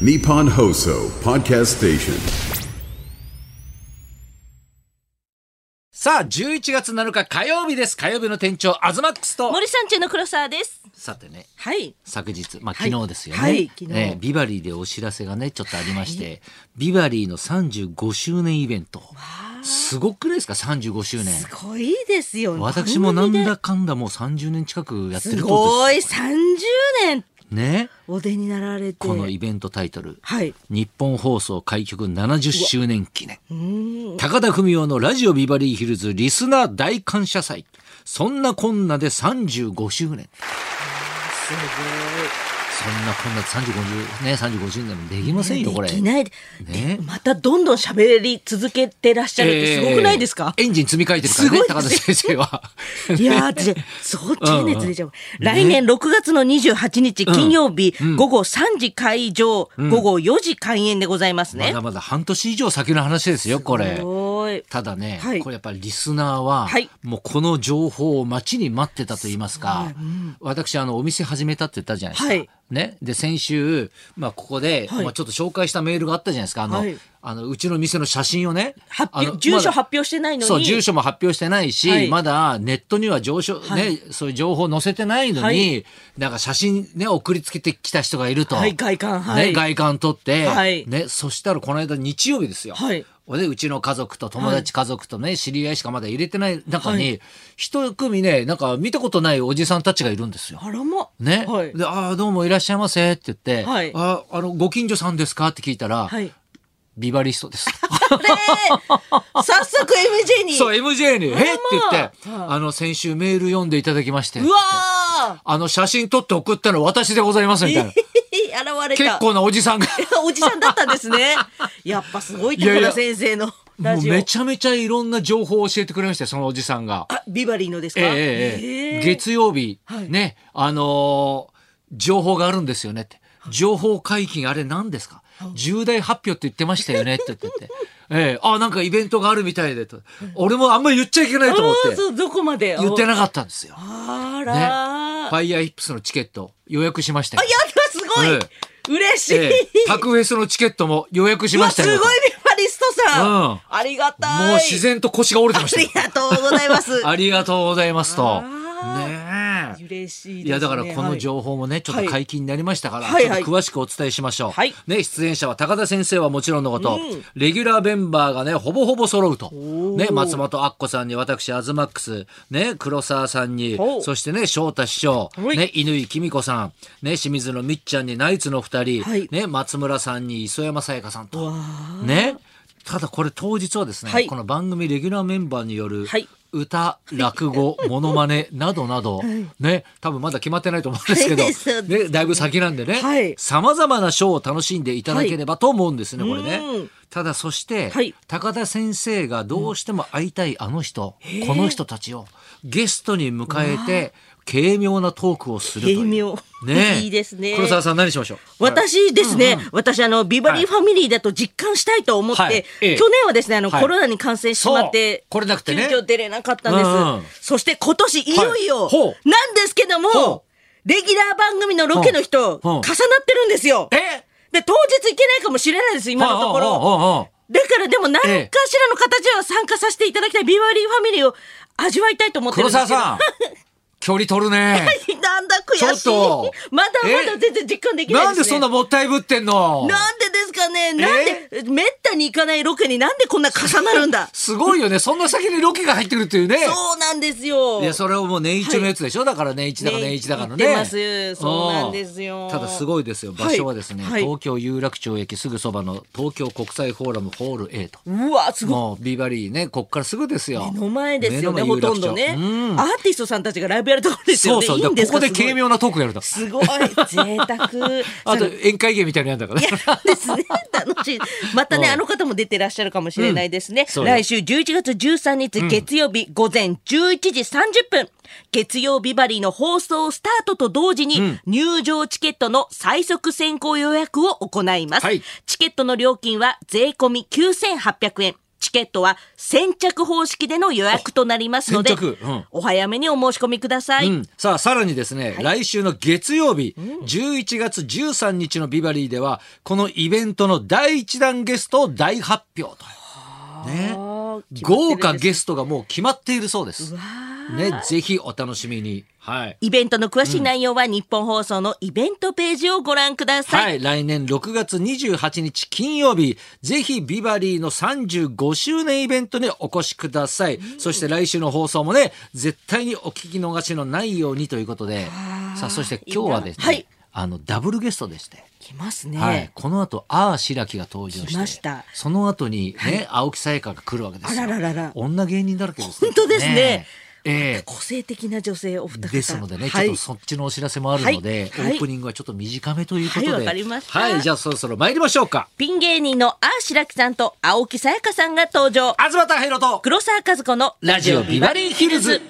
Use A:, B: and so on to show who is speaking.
A: Nippon Hoso Podcast Station.
B: さあ、11月7日火曜日です。火曜日の店長、アズマックスと。
C: 森さんちの黒沢です。
B: さてね、
C: はい。
B: 昨日、まあ、
C: はい
B: 昨日ですよね。
C: はい昨日
B: ねビバリーでお知らせがね、ちょっとありまして、ビバリーの35周年イベント。すごくないですか ?35 周年。
C: すごいですよね。
B: 私もなんだ
C: 番
B: かんだもう30年近くやってるっ
C: 組で。す
B: て
C: ご
B: で
C: い、30年
B: す。ね。
C: お出になられて。
B: このイベントタイトル。
C: はい。
B: 日本放送開局70周年記念。高田文夫のラジオビバリーヒルズリスナー大感謝祭。そんなこんなで35周年。
C: す
B: そんなこんな35ね35周年もできませんよこ
C: ごい。
B: れ。
C: できないで。
B: ね
C: でまたどんどん喋り続けてらっしゃるってすごくないですか
B: え、ーエンジン積み替えてるからね
C: すごい
B: 高田先生は。
C: いやー、じゃそう、10熱出ちゃう。
B: ん
C: 来年6月の28日金曜日、午後3時会場、午後4時開演でございます
B: ま
C: ね
B: だ。まだ半年以上先の話ですよこれ
C: す。ごい。
B: ただね、
C: はい
B: これやっぱりリスナーは、
C: はい
B: もうこの情報を待ちに待ってたと言いますか、私あのお店始めたって言ったじゃないですか。
C: はい
B: ね、で先週、まあ、ここで、
C: はい
B: まあ、ちょっと紹介したメールがあったじゃないですかあの、
C: はい
B: あのうちの店の写真をね
C: 発
B: あの
C: 表、住所
B: まだ
C: 発表してないのに。
B: そう住所も発表してないし、
C: はい
B: まだネットには上昇、
C: はい
B: ねそういう情報載せてないのに、
C: はい
B: なんか写真ね送りつけてきた人がいると、
C: はい外観はい
B: ね、外観撮って、
C: はい
B: ねそしたらこの間日曜日ですよ。
C: はい
B: でうちの家族と友達家族とね、知り合いしかまだ入れてない中
C: は
B: に一組ねなんか見たことないおじさんたちがいるんですよ。
C: あらま。
B: ね、
C: はい。
B: で「ああどうもいらっしゃいませ」って言って「
C: はい
B: ああのご近所さんですか?」って聞いたら「
C: はい。
B: ビバリスト です」
C: 早速 MJ に。
B: そう
C: う
B: MJ に「えっ?」って言って、
C: は
B: あの先週メール読んでいただきまして
C: わー
B: あの写真撮って送ったの私でございますみたいな
C: 現れた。
B: 結構なおじさんが
C: おじさんだったんです ね。やっぱすごい
B: いや
C: 高
B: いや
C: 田先生のラ
B: もう
C: ジオ。
B: めちゃめちゃいろんな情報を教えてくれましたよそのおじさんが。
C: あ、ビバリーのです
B: え
C: か
B: えええええ
C: へー
B: 月曜日、
C: はい
B: ねあのー情報があるんですよねって情報解禁あれ何ですか重大発表って言ってましたよねって言って て。ええあ、なんかイベントがあるみたいでと。俺もあんまり言っちゃいけないと思っ
C: あー
B: て。
C: そう、どこまで
B: 言って
C: い。
B: なかったんですよ。
C: あら
B: ね、フ
C: ー。
B: ァイヤーヒップスのチケット予約しましたよ。
C: やだ、すご
B: え
C: い。嬉しい。
B: ええタクフェスのチケットも予約し
C: うわ
B: まし
C: す
B: た
C: ごい
B: よ。
C: ビバリストさん。
B: うん
C: ありがたい。
B: もう自。然と腰が折れてま
C: あり
B: したよ。
C: がとうございます。
B: ありがとうございますと。
C: あ
B: ねえ。
C: 嬉しいです、ね。
B: いやだからこの
C: 報
B: 情報もねちょっと解禁になりましたから、
C: はい
B: ちょっ
C: は
B: と
C: い
B: 詳しくお伝えしましょう、
C: はい
B: ね、出演者は高田先生はもちろんのこと、
C: うん
B: レギュラーメンバーがねほぼほぼ揃うと、
C: おー
B: ね、松本アッコさんに私アズマックス、ね、黒沢さんに
C: ほう
B: そしてね翔太師匠
C: はい
B: ね乾きみ子さん、ね、清水のみっちゃんにナイツの2人、
C: はい
B: ね、松村さんに磯山さやかさんと。ねただこれ当日はですね、
C: はい
B: この番組レギュラーメンバーによる
C: はい
B: 歌、落 語、モノマネなどなど、ね、多分まだ決まってないと思うんですけ
C: そう
B: ど、
C: です
B: ね、だいぶ先なんで
C: は
B: ね
C: い、
B: さまざまなショーを楽しんでいただければと思うんですね、これ
C: う
B: ね
C: ん。
B: ただそして、
C: はい
B: 高田先生がどうしても会いたいあの人、この人たちをゲストに迎えて、軽妙なトークをするという。
C: 軽妙
B: ね、
C: いいですね
B: 黒沢さん何しましょう
C: 私ですね、私あのビバリーファミリーだと実感したいと思って、
B: はいええ
C: 去年はですねあの、
B: はい
C: コロナに感染してしまって
B: そう来れなくてね
C: 急遽出れなかったんです、
B: うんうん
C: そして今年いよいよ、
B: はいほう
C: なんですけど
B: ほ
C: もレギュラー番組のロケの人、
B: ほうほう
C: 重なってるんですよ
B: え
C: で当日行けないかもしれないです今のところ、
B: はあはあはあはあ
C: だからでも何かしらの形では参加させていただきたいビバリーファミリーを味わいたいと思ってる
B: 黒
C: んです
B: 沢
C: けど
B: さん距離取るね
C: なんだ悔しい
B: ちょっと
C: まだま
B: え
C: だ全然実感できな
B: なん
C: いです、ね、
B: でそんなもったいぶってんの
C: なんでですかねなんで、めったに行かないロケになんでこんな重なるんだ
B: すごいよね。そんな先にロケが入ってくるっていうね。
C: そうなんですよ。
B: いや、それをもう年一のやつでしょ、だから年一だか年一だからね。
C: 年一行ってますそうなんですよ
B: うただすごいですよ。場所はですね、
C: はいはい
B: 東京有楽町駅すぐそばの東京国際フォーラムホール A と。
C: うわ、すごい。
B: もうビバリーね、こっからすぐですよ。
C: 目の前ですよね、
B: 目の前
C: ほとんど
B: 有楽
C: ね。
B: 町
C: ア
B: うん
C: ーティストさんたちがライブやるところですよ
B: そうそ
C: ね。
B: う。
C: いいん
B: で
C: で
B: ここ
C: すか
B: で軽。妙なトークやると。
C: すごい。すごい贅 沢。
B: あと
C: その
B: 宴会芸みたいなのやんだからね。
C: ですね。楽しい。またね、
B: うん
C: あの方も出てらっしゃるかもしれないですね。
B: そうよ
C: 来週11月13日月曜日午前11時30分、月曜日バリーの放送スタートと同時に、入場チケットの最速先行予約を行います。
B: はい
C: チケットの料金は税込み9800円。チケットは先着方式での予約となりますので、
B: お先着うん
C: お早めにお申し込みください。
B: うん、さあさらにですね、来週の月曜日、11月13日のビバリーではこのイベントの第一弾ゲストを大発表と。ね、豪華ゲストがもう決まっているそうです。ね、ぜひお楽しみに。はい。
C: イベントの詳しい内容は日本放送のイベントページをご覧ください。
B: はい、来年6月28日金曜日、ぜひビバリーの35周年イベントにお越しください。そして来週の放送もね、絶対にお聞き逃しのないようにということで、さあ、そして今日はですね、
C: いいなはい
B: あの、ダブルゲストでして、
C: 来ますね。
B: はい、この後、ああ白木が登場して、
C: 来ました
B: その後にね、青木さやかが来るわけですよ。
C: あらららら
B: 女芸人だらけですね
C: 本当ですね
B: ええ
C: 個性的な女性お二方
B: ですのでね、
C: はい
B: ちょっとそっちのお知らせもあるので、
C: はいはい
B: オープニングはちょっと短めということで、
C: はいわかりました
B: はいじゃあそろそろ参りましょうか
C: ピン芸人のあーしらきさんと青木さやかさんが登場。
B: 東太平と
C: 黒沢和子の
B: ラジオビバリーヒルズ